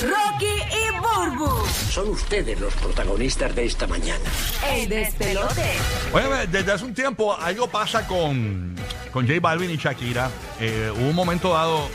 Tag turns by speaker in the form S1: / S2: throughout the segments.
S1: Rocky y Burbu.
S2: Son ustedes los protagonistas de esta mañana.
S1: El despelote.
S3: Oye, desde hace un tiempo algo pasa con, con J Balvin y Shakira. Eh, hubo un momento dado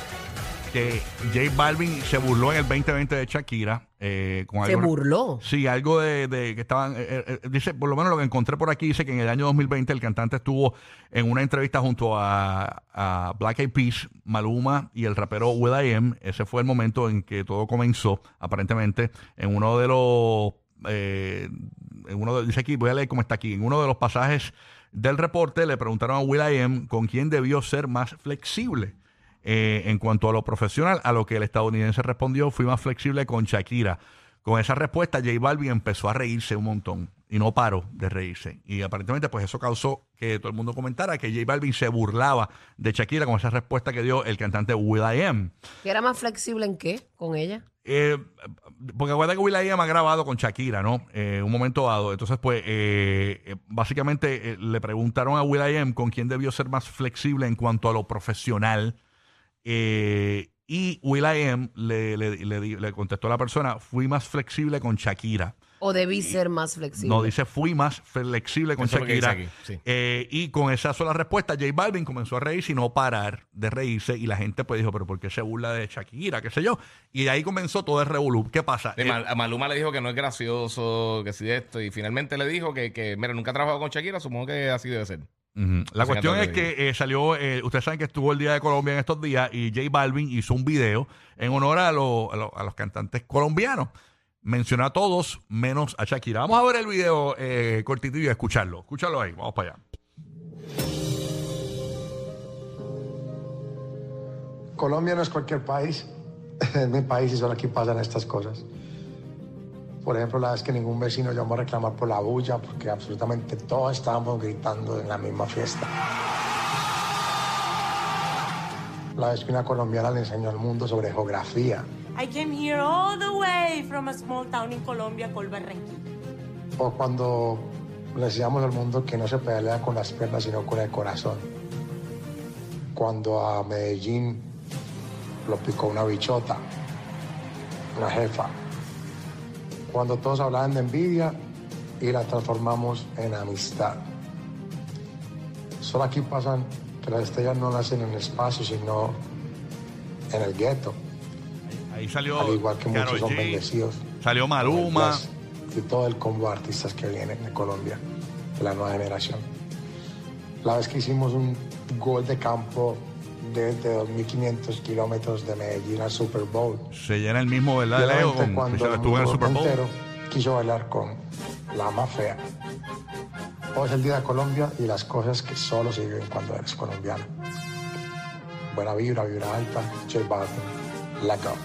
S3: que J Balvin se burló en el 2020 de Shakira. eh, con
S4: ¿Se
S3: algo-
S4: burló?
S3: Sí, algo de, de que estaban. eh, eh, eh, dice, por lo menos lo que encontré por aquí, dice que en el año 2020 el cantante estuvo en una entrevista junto a, a Black Eyed Peas, Maluma y el rapero Will.i.am. Ese fue el momento en que todo comenzó, aparentemente, en uno de los. eh, en uno de- dice aquí, voy a leer cómo está aquí. En uno de los pasajes del reporte le preguntaron a Will.i.am con quién debió ser más flexible. Eh, en cuanto a lo profesional, a lo que el estadounidense respondió, fui más flexible con Shakira. Con esa respuesta, J Balvin empezó a reírse un montón y no paró de reírse. Y aparentemente, pues eso causó que todo el mundo comentara que J Balvin se burlaba de Shakira con esa respuesta que dio el cantante Will.i.am.
S4: ¿Que era más flexible en qué con ella?
S3: Eh, porque acuérdate que Will.i.am ha grabado con Shakira, ¿no? Eh, un momento dado. Entonces, pues, eh, eh, básicamente eh, le preguntaron a Will.i.am con quién debió ser más flexible en cuanto a lo profesional. Eh, y Will.i.am le, le, le di- le contestó a la persona, fui más flexible con Shakira.
S4: ¿O debí ser más flexible?
S3: No, dice, fui más flexible con
S5: Eso es lo que dice
S3: Shakira.
S5: aquí, sí.
S3: Eh, y con esa sola respuesta, J Balvin comenzó a reírse y no parar de reírse. Y la gente pues dijo, pero ¿por qué se burla de Shakira? ¿Qué sé yo? Y de ahí comenzó todo el revolú. ¿Qué pasa?
S5: De
S3: Eh,
S5: Mal- a Maluma le dijo que no es gracioso, que sí esto, y finalmente le dijo que, que, mira, nunca ha trabajado con Shakira, supongo que así debe ser.
S3: Ujú. La
S5: Así que
S3: cuestión
S5: todo
S3: es
S5: bien.
S3: que eh, salió, eh, ustedes saben que estuvo el Día de Colombia en estos días y J Balvin hizo un video en honor a, lo- a lo- a los cantantes colombianos. Mencionó a todos menos a Shakira. Vamos a ver el video eh, cortito y a escucharlo. Escúchalo ahí, vamos para allá.
S6: Colombia no es cualquier país. Es mi país y solo aquí pasan estas cosas. Por ejemplo, la vez que ningún vecino llamó a reclamar por la bulla, porque absolutamente todos estábamos gritando en la misma fiesta. La vez que una colombiana le enseñó al mundo sobre geografía.
S7: I came here all the way from a small town in Colombia called Barranquilla.
S6: O cuando le decíamos al mundo que no se pedalea con las piernas, sino con el corazón. Cuando a Medellín lo picó una bichota, una jefa. Cuando todos hablaban de envidia y la transformamos en amistad. Solo aquí pasan que las estrellas no nacen en el espacio, sino en el gueto.
S3: Ahí salió
S6: Al igual que muchos
S3: Karol
S6: son
S3: G,
S6: bendecidos.
S3: Salió Maluma.
S6: Y todo el combo de artistas que vienen de Colombia, de la nueva generación. La vez que hicimos un gol de campo desde 2.500 kilómetros de Medellín al Super Bowl.
S3: Se llena el mismo, ¿verdad? De Leo pues
S6: Obviamente,
S3: con
S6: cuando
S3: Michelle estuvo en el
S6: mundo
S3: Super Bowl.
S6: entero quiso bailar con la más fea. Hoy es el Día de Colombia y las cosas que solo se viven cuando eres colombiano. Buena vibra, vibra alta, J Balvin, let go.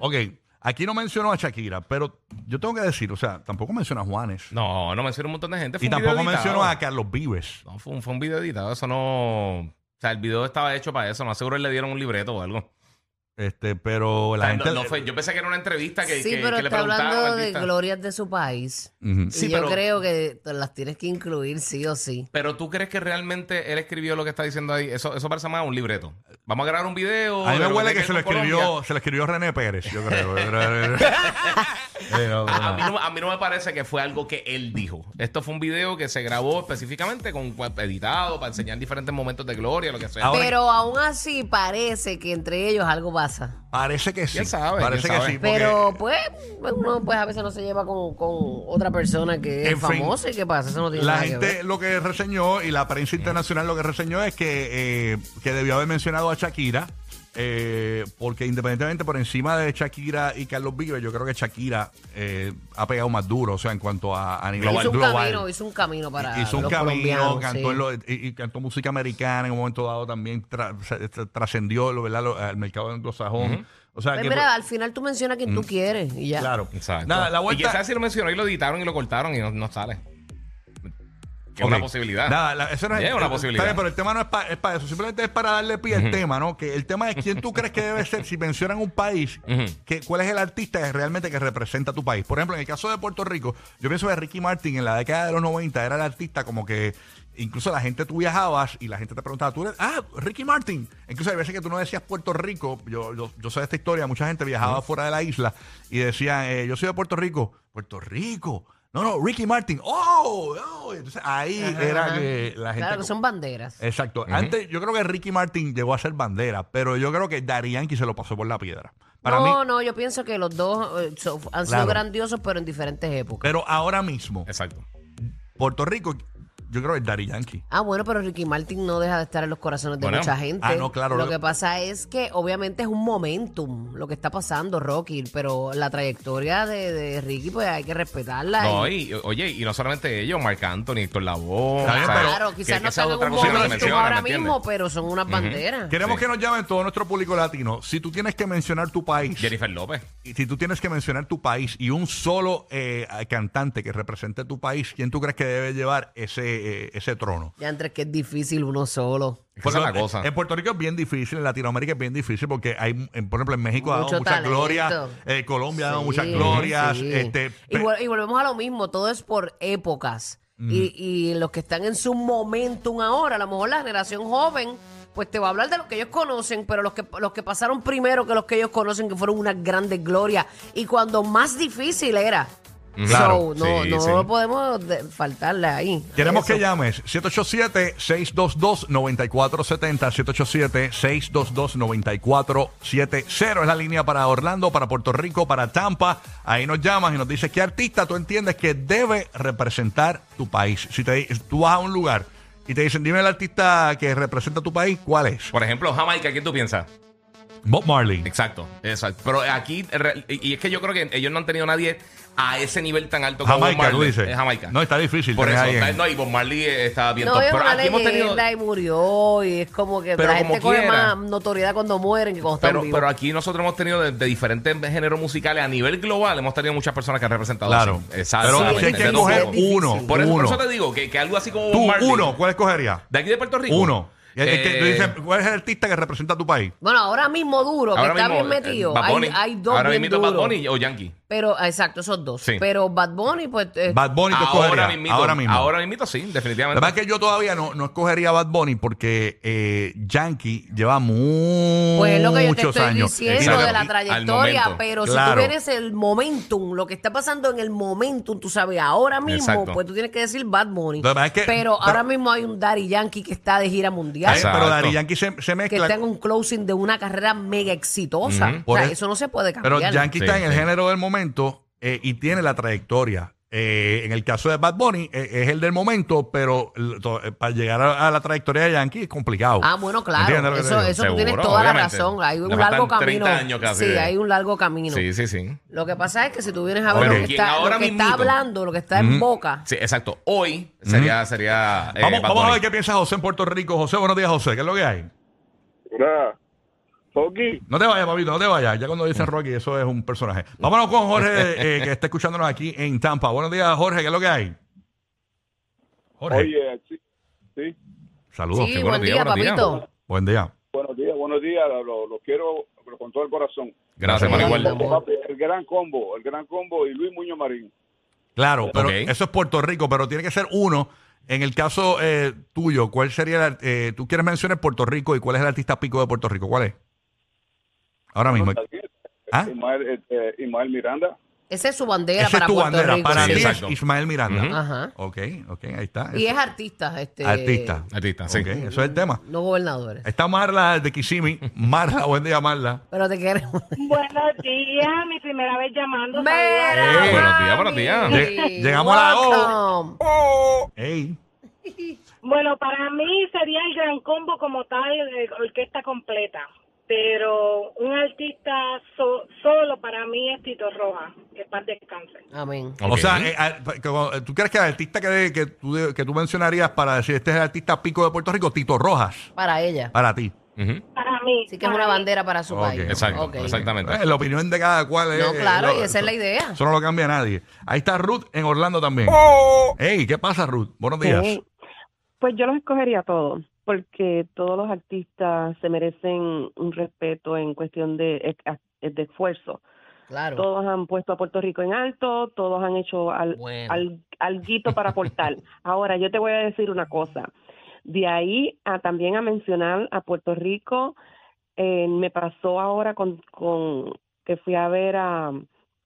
S3: Ok, aquí no mencionó a Shakira, pero yo tengo que decir, o sea, tampoco mencionó a Juanes.
S5: No, no mencionó un montón de gente. fue
S3: y
S5: un video
S3: tampoco
S5: editado.
S3: mencionó a Carlos Vives.
S5: No, fue un, fue un video editado, eso no... O sea, el video estaba hecho para eso, no seguro le dieron un libreto o algo.
S3: Este, pero
S5: O
S3: la
S5: sea,
S3: gente.
S5: no- no fue- yo pensé que era una entrevista que,
S4: sí,
S5: que-
S4: pero
S5: que le
S4: está
S5: preguntaban a
S4: hablando
S5: un
S4: de
S5: artista.
S4: glorias de su país.
S3: Ujú.
S5: Sí,
S4: y yo
S5: pero-
S4: creo que te las tienes que incluir sí o sí.
S5: Pero tú crees que realmente él escribió lo que está diciendo ahí. Eso, eso parece más un libreto. Vamos a grabar un video.
S3: A mí
S5: de
S3: me
S5: lo
S3: huele que
S5: tiene
S3: se lo
S5: ver con
S3: escribió,
S5: Colombia.
S3: se lo escribió René Pérez, yo creo. Eh, no,
S5: Ah, A, a mí
S3: no.
S5: no, a mí no me parece que fue algo que él dijo. Esto fue un video que se grabó específicamente con pues, editado para enseñar diferentes momentos de gloria, lo que sea.
S3: Ahora-
S4: Pero aún así parece que entre ellos algo pasa.
S3: Parece que sí.
S5: ¿Quién sabe?
S3: Parece que
S5: ¿Quién sabe?
S3: sí. porque-
S4: Pero pues uno pues a veces no se lleva con, con otra persona que es
S3: En fin,
S4: famosa y qué pasa, eso no tiene
S3: La
S4: nada que ver.
S3: gente lo que reseñó y la prensa internacional lo que reseñó es que, eh, que debió haber mencionado a Shakira, eh, porque independientemente por encima de Shakira y Carlos Vives, yo creo que Shakira eh, ha pegado más duro, o sea, en cuanto a, a nivel
S4: hizo un
S3: global.
S4: camino, hizo un camino para
S3: hizo un
S4: los
S3: camino,
S4: colombianos,
S3: cantó,
S4: sí.
S3: en lo- y, y cantó música americana en un momento dado también, tra- se- se- trascendió lo, ¿verdad? lo- al mercado anglosajón. O sea,
S4: Pues
S3: que, Mm.
S4: mira, al final tú mencionas a quien tú quieres y ya.
S3: claro.
S5: Exacto.
S3: Nada, la
S5: Y
S3: vuelta,
S5: quizás si lo mencionó y lo editaron y lo cortaron y no, no sale. Que es una
S3: Ok.
S5: posibilidad.
S3: Nada, la- eso no
S5: Sí, es una
S3: eh,
S5: posibilidad.
S3: está bien, pero el tema no es para eso, simplemente es para darle pie al tema, ¿no? Que el tema es quién tú crees que debe ser, si mencionan un país,
S5: Ujú.
S3: que, cuál es el artista que realmente que representa tu país. Por ejemplo, en el caso de Puerto Rico, yo pienso que Ricky Martin en la década de los 90 era el artista como que incluso la gente tú viajabas y la gente te preguntaba, tú eres, ah, Ricky Martin. Incluso hay veces que tú no decías Puerto Rico, yo, yo, yo sé de esta historia, mucha gente viajaba fuera de la isla y decía, eh, yo soy de Puerto Rico, Puerto Rico. No, no, Ricky Martin. ¡Oh! oh. Entonces ahí era que la gente.
S4: Claro, que son banderas.
S3: Exacto. Antes, yo creo que Ricky Martin llegó a ser bandera, pero yo creo que Darianki se lo pasó por la piedra. Para
S4: no,
S3: mí.
S4: no, yo pienso que los dos eh, so- han sido
S3: Claro.
S4: grandiosos, pero en diferentes épocas.
S3: Pero ahora mismo,
S5: Exacto.
S3: Puerto Rico, yo creo que es Dari Yankee.
S4: Ah, bueno, pero Ricky Martin no deja de estar en los corazones de
S5: Bueno.
S4: mucha gente.
S3: Ah, no, claro.
S4: Lo que pasa es que obviamente es un momentum lo que está pasando, Rocky, pero la trayectoria de, de Ricky, pues hay que respetarla.
S5: No,
S4: y-
S5: y, oye, y no solamente ellos, Marc Anthony, Héctor Lavoe.
S3: Está bien,
S5: o sea,
S4: claro,
S5: que-
S4: quizás
S5: que
S4: no
S5: esa
S4: están en
S5: otra
S4: un
S5: cosa que se
S4: momentum
S5: menciona,
S4: ahora
S5: ¿me entiendes?
S4: mismo, pero son unas banderas.
S3: Queremos
S5: Sí.
S3: que nos llamen todo nuestro público latino. Si tú tienes que mencionar tu país,
S5: Jennifer López.
S3: y si tú tienes que mencionar tu país y un solo eh, cantante que represente tu país, ¿quién tú crees que debe llevar ese, eh, ese trono?
S4: Ya entre que es difícil uno solo.
S5: Esa es
S3: lo-
S5: la cosa.
S3: En Puerto Rico es bien difícil, en Latinoamérica es bien difícil porque hay, en- por ejemplo, en México ha
S4: Mucho
S3: dado mucha
S4: talento.
S3: gloria, eh, Colombia ha dado
S4: Sí,
S3: muchas glorias.
S4: sí.
S3: Este,
S4: y,
S3: pe-
S4: vol- y volvemos a lo mismo, todo es por épocas.
S5: Mm.
S4: Y, y los que están en su momentum ahora, a lo mejor la generación joven, pues te va a hablar de los que ellos conocen, pero los que, los que pasaron primero que los que ellos conocen, que fueron unas grandes glorias. Y cuando más difícil era.
S3: Claro,
S4: So, no,
S5: Mm. sí,
S4: no
S5: sí.
S4: podemos de- faltarle ahí. a
S3: Queremos
S4: eso.
S3: que llames 787-622-9470, 787-622-9470. Es la línea para Orlando, para Puerto Rico, para Tampa. Ahí nos llamas y nos dices qué artista tú entiendes que debe representar tu país. Si te, di- tú vas a un lugar y te dicen, dime el artista que representa tu país, ¿cuál es?
S5: Por ejemplo, Jamaica, ¿quién tú piensas?
S3: Bob Marley.
S5: Exacto, exacto. Pero aquí, re- y y es que yo creo que ellos no han tenido nadie a ese nivel tan alto como Bob
S3: Jamaica,
S5: Marley.
S3: tú dices.
S5: Es Jamaica.
S3: No, está difícil.
S5: Por
S3: tener
S5: eso,
S3: ahí en-
S5: está- no, y Bob Marley eh, está bien
S4: No,
S5: top.
S4: es
S5: Pero
S4: una
S5: aquí hemos
S4: leyenda
S5: tenido.
S4: y murió y es como que
S5: Pero
S4: la
S5: como
S4: gente coge
S5: quiera.
S4: más notoriedad cuando mueren que cuando están
S5: Pero,
S4: vivos.
S5: pero aquí nosotros hemos tenido de, de diferentes géneros musicales a nivel global, hemos tenido muchas personas que han representado.
S3: Claro.
S5: así. Exacto.
S3: Pero si hay que
S5: De todo
S3: coger
S5: tipo.
S3: uno,
S5: Por eso, por
S3: uno.
S5: eso te digo que, que algo así como Bob
S3: Tú,
S5: Marley,
S3: uno, ¿cuál escogerías?
S5: De aquí de Puerto Rico.
S3: Uno. Y el que-
S5: Eh,
S3: tú dices, ¿Cuál es el artista que representa tu país?
S4: Bueno, ahora mismo duro, que
S5: ahora
S4: está
S5: mismo,
S4: bien
S5: eh,
S4: metido.
S5: Bad Bunny.
S4: hay, hay dos
S5: Ahora
S4: bien
S5: mismo Bad
S4: duros.
S5: Bunny o Yankee.
S4: Pero, ah, exacto, esos dos.
S5: Sí.
S4: Pero Bad Bunny, pues... eh,
S3: Bad Bunny, tú
S5: ahora,
S3: escogerías?
S5: mismito,
S3: ahora mismo.
S5: ahora mismito, sí,
S3: La
S5: definitivamente.
S3: verdad es que yo todavía no, no escogería a Bad Bunny porque eh, Yankee lleva muchos
S4: pues es lo que yo te estoy
S3: años. Eh,
S4: diciendo
S5: Exacto.
S4: de la
S5: Al
S4: trayectoria,
S5: momento.
S4: pero si
S3: Claro.
S4: tú vienes el momentum, lo que está pasando en el momentum, tú sabes, ahora mismo,
S5: Exacto.
S4: pues tú tienes que decir Bad Bunny.
S3: La verdad es que-
S4: pero, ahora
S3: pero-
S4: mismo hay un Daddy Yankee que está de gira mundial,
S3: Ay,
S5: Exacto.
S3: pero Daddy Yankee se, se
S4: que
S3: mezcla.
S4: está en un closing de una carrera mega exitosa.
S5: Ujú.
S4: O
S3: Por
S4: sea,
S3: eso-
S4: eso no se puede
S3: Pero
S4: cambiar.
S3: Yankee
S5: Sí,
S3: está en el
S5: sí.
S3: género del momento eh, y tiene la trayectoria. Eh, en el caso de Bad Bunny eh, es el del momento, pero l- to- eh, para llegar a, a la trayectoria de Yankee es complicado.
S4: Ah, bueno, claro.
S3: ¿Entiendes lo que te
S4: Eso,
S3: digo?
S4: eso tú
S5: Seguro,
S4: tienes toda la
S5: obviamente.
S4: razón. Hay un
S5: Nos
S4: largo
S5: faltan
S4: camino.
S5: 30 años casi
S4: sí,
S5: de-
S4: hay un largo camino.
S5: Sí, sí, sí.
S4: Lo que pasa es que si tú vienes a ver
S5: Pero
S4: lo que,
S5: ¿quién
S4: está, lo
S5: ahora
S4: que está
S5: mismito?
S4: hablando, lo que está en boca,
S5: Sí, exacto. Hoy sería. sería eh,
S3: vamos
S5: Bad
S3: vamos a ver
S5: Bunny.
S3: qué piensa José en Puerto Rico. José, buenos días, José. ¿Qué es lo que hay?
S8: Mira, Foki,
S3: No te vayas, papito, no te vayas. Ya cuando dicen Rocky, eso es un personaje. Vámonos con Jorge, eh, que está escuchándonos aquí en Tampa. Buenos días, Jorge, ¿qué es lo que hay? Jorge,
S8: oye, sí, sí,
S3: saludos.
S4: sí,
S5: sí,
S4: buen
S5: buenos
S4: día,
S5: días, buenos días.
S4: papito.
S3: Buen día.
S8: buenos días, buenos días, lo, lo- lo quiero pero con todo el corazón.
S5: Gracias,
S4: Sí,
S5: para igual.
S4: amor.
S8: Papi, el gran combo, el gran combo y Luis Muñoz Marín.
S3: Claro, pero
S5: Ok.
S3: eso es Puerto Rico, pero tiene que ser uno. En el caso eh, tuyo, ¿cuál sería el, ar- eh, tú quieres mencionar Puerto Rico y cuál es el artista pico de Puerto Rico? ¿Cuál es? Ahora mismo. ¿Ah?
S8: Ismael, este, Ismael Miranda.
S4: Esa es su bandera
S3: Esa es
S4: para
S3: tu
S4: Puerto
S3: bandera.
S4: Rico.
S3: Para
S4: sí.
S3: mí es
S5: exacto.
S3: Ismael Miranda.
S5: Ujú.
S4: Ajá.
S3: Ok, ok, ahí está.
S4: Y
S3: Eso-
S4: es artista, este.
S3: artista.
S5: Artista, sí.
S3: Ok, eso es el tema. Eh.
S4: No gobernadores.
S3: Está Marla de Kissimmee. Marla, buen día, Marla.
S4: Pero te queremos.
S9: Buenos días, mi primera vez llamando. saludos.
S3: Eh,
S4: Mira,
S5: buenos días, buenos días.
S3: Lleg- llegamos a la O.
S4: Welcome.
S3: Ey.
S9: Bueno, para mí sería el gran combo como tal, eh, orquesta completa. Pero un artista so- solo para mí es Tito Roja, que paz descanse.
S4: Amén.
S5: Ok.
S3: O sea, eh, al- pa- como, eh, ¿tú crees que el artista que, que, tú, de- que tú mencionarías para decir este es el artista pico de Puerto Rico, Tito Rojas,
S4: Para ella.
S3: para ti?
S5: Ujú.
S9: Para mí.
S4: Así que es una
S9: para mí.
S4: bandera para su
S3: Ok,
S4: país.
S5: Exacto,
S4: Ok.
S5: exactamente.
S3: Eh, la opinión de cada cual es.
S4: No, claro,
S3: eh,
S4: y esa es la idea.
S3: Eso no lo cambia nadie. Ahí está Ruth en Orlando también. Ey, ¿qué pasa, Ruth? Buenos días.
S10: Sí. Pues yo los escogería todos, porque todos los artistas se merecen un respeto en cuestión de, de esfuerzo.
S4: Claro.
S10: Todos han puesto a Puerto Rico en alto, todos han hecho al,
S4: Bueno.
S10: al- alguito para aportar. Ahora, yo te voy a decir una cosa. De ahí a también a mencionar a Puerto Rico, eh, me pasó ahora con, con que fui a ver a,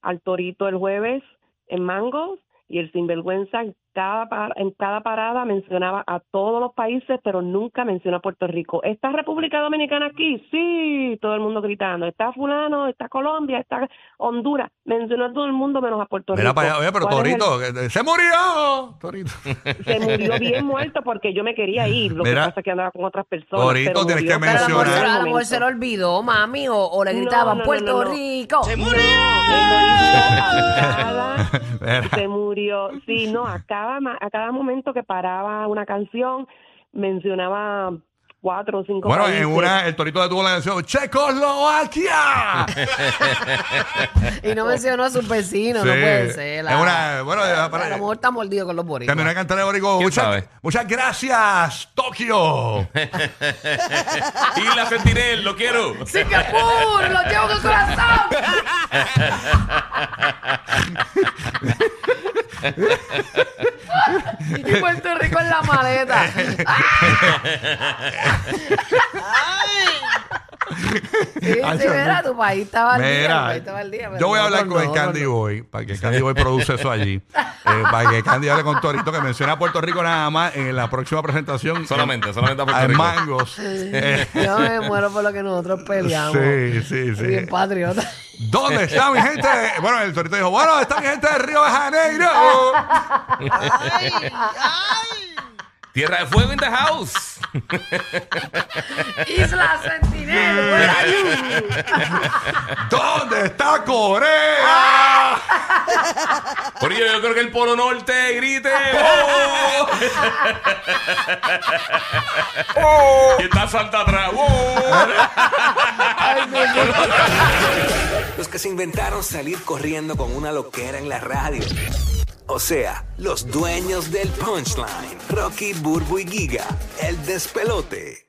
S10: al Torito el jueves en Mangos y el Sinvergüenza en cada, par- en cada parada mencionaba a todos los países, pero nunca mencionó a Puerto Rico. ¿Está República Dominicana aquí? Sí, todo el mundo gritando. ¿Está fulano? ¿Está Colombia? ¿Está Honduras? Mencionó a todo el mundo menos a Puerto
S3: Mira
S10: Rico.
S3: para allá, oye, pero
S10: ¿Cuál es el-
S3: Torito, que- se murió. Torito.
S10: se murió bien muerto porque yo me quería ir. Lo
S3: Mira,
S10: que pasa es que andaba con otras personas.
S3: Torito,
S10: pero
S3: tienes que
S10: murió en
S4: Pero a lo
S3: mencionar.
S4: mejor,
S10: ese
S4: se- a lo mejor
S10: momento.
S4: se lo olvidó, mami, o, o le
S10: No,
S4: gritaban
S10: no, no,
S4: Puerto
S10: no, no.
S4: Rico.
S10: Asustada,
S3: Mira.
S10: se murió. Sí, no, a cada, ma- a cada momento que paraba una canción mencionaba cuatro o cinco
S3: Bueno,
S10: países.
S3: en una, el Torito detuvo la canción ¡Checoslovaquia!
S4: Y no mencionó a sus vecinos, no
S3: Sí.
S4: puede ser. la-
S3: Es una- bueno, ya, para-
S4: a lo mejor está mordido con los boricuas.
S3: Terminó de cantar el boricua.
S5: ¿Quién
S3: Muchas,
S5: sabe?
S3: muchas gracias, Tokio.
S5: Y la sentinel, lo quiero.
S4: ¡Singapur! ¡Lo llevo en el corazón! y Puerto Rico en la maleta. Sí, sí,
S3: Ay, Dios
S4: mira,
S3: mío.
S4: tu país estaba al día. tu
S3: Mira,
S4: país estaba al día, pero
S3: yo voy a
S4: no,
S3: hablar con el
S4: no,
S3: Candy
S4: no.
S3: Boy para que el Candy Boy produce eso allí. Eh, para que Candy hable con Torito que menciona a Puerto Rico nada más en la próxima presentación.
S5: Solamente, solamente a Puerto
S3: Al
S5: Rico.
S3: Mangos. Eh,
S4: Yo me muero por lo que nosotros peleamos.
S3: sí, sí,
S4: Soy
S3: sí.
S4: Bien patriota.
S3: ¿Dónde está mi gente? Bueno, el Torito dijo, bueno, está mi gente de Río de Janeiro.
S5: Tierra de Fuego in the house.
S4: Isla Sentinel, where are you?
S3: ¿Dónde está
S4: Ah.
S3: Corea?
S5: Por ello, yo creo que el Polo Norte grite. ¡Oh!
S3: Oh.
S5: Y está Santa "Oh". atrás.
S2: Los que se inventaron salir corriendo con una loquera en la radio. O sea, los dueños del punchline. Rocky, Burbu y Giga. El despelote.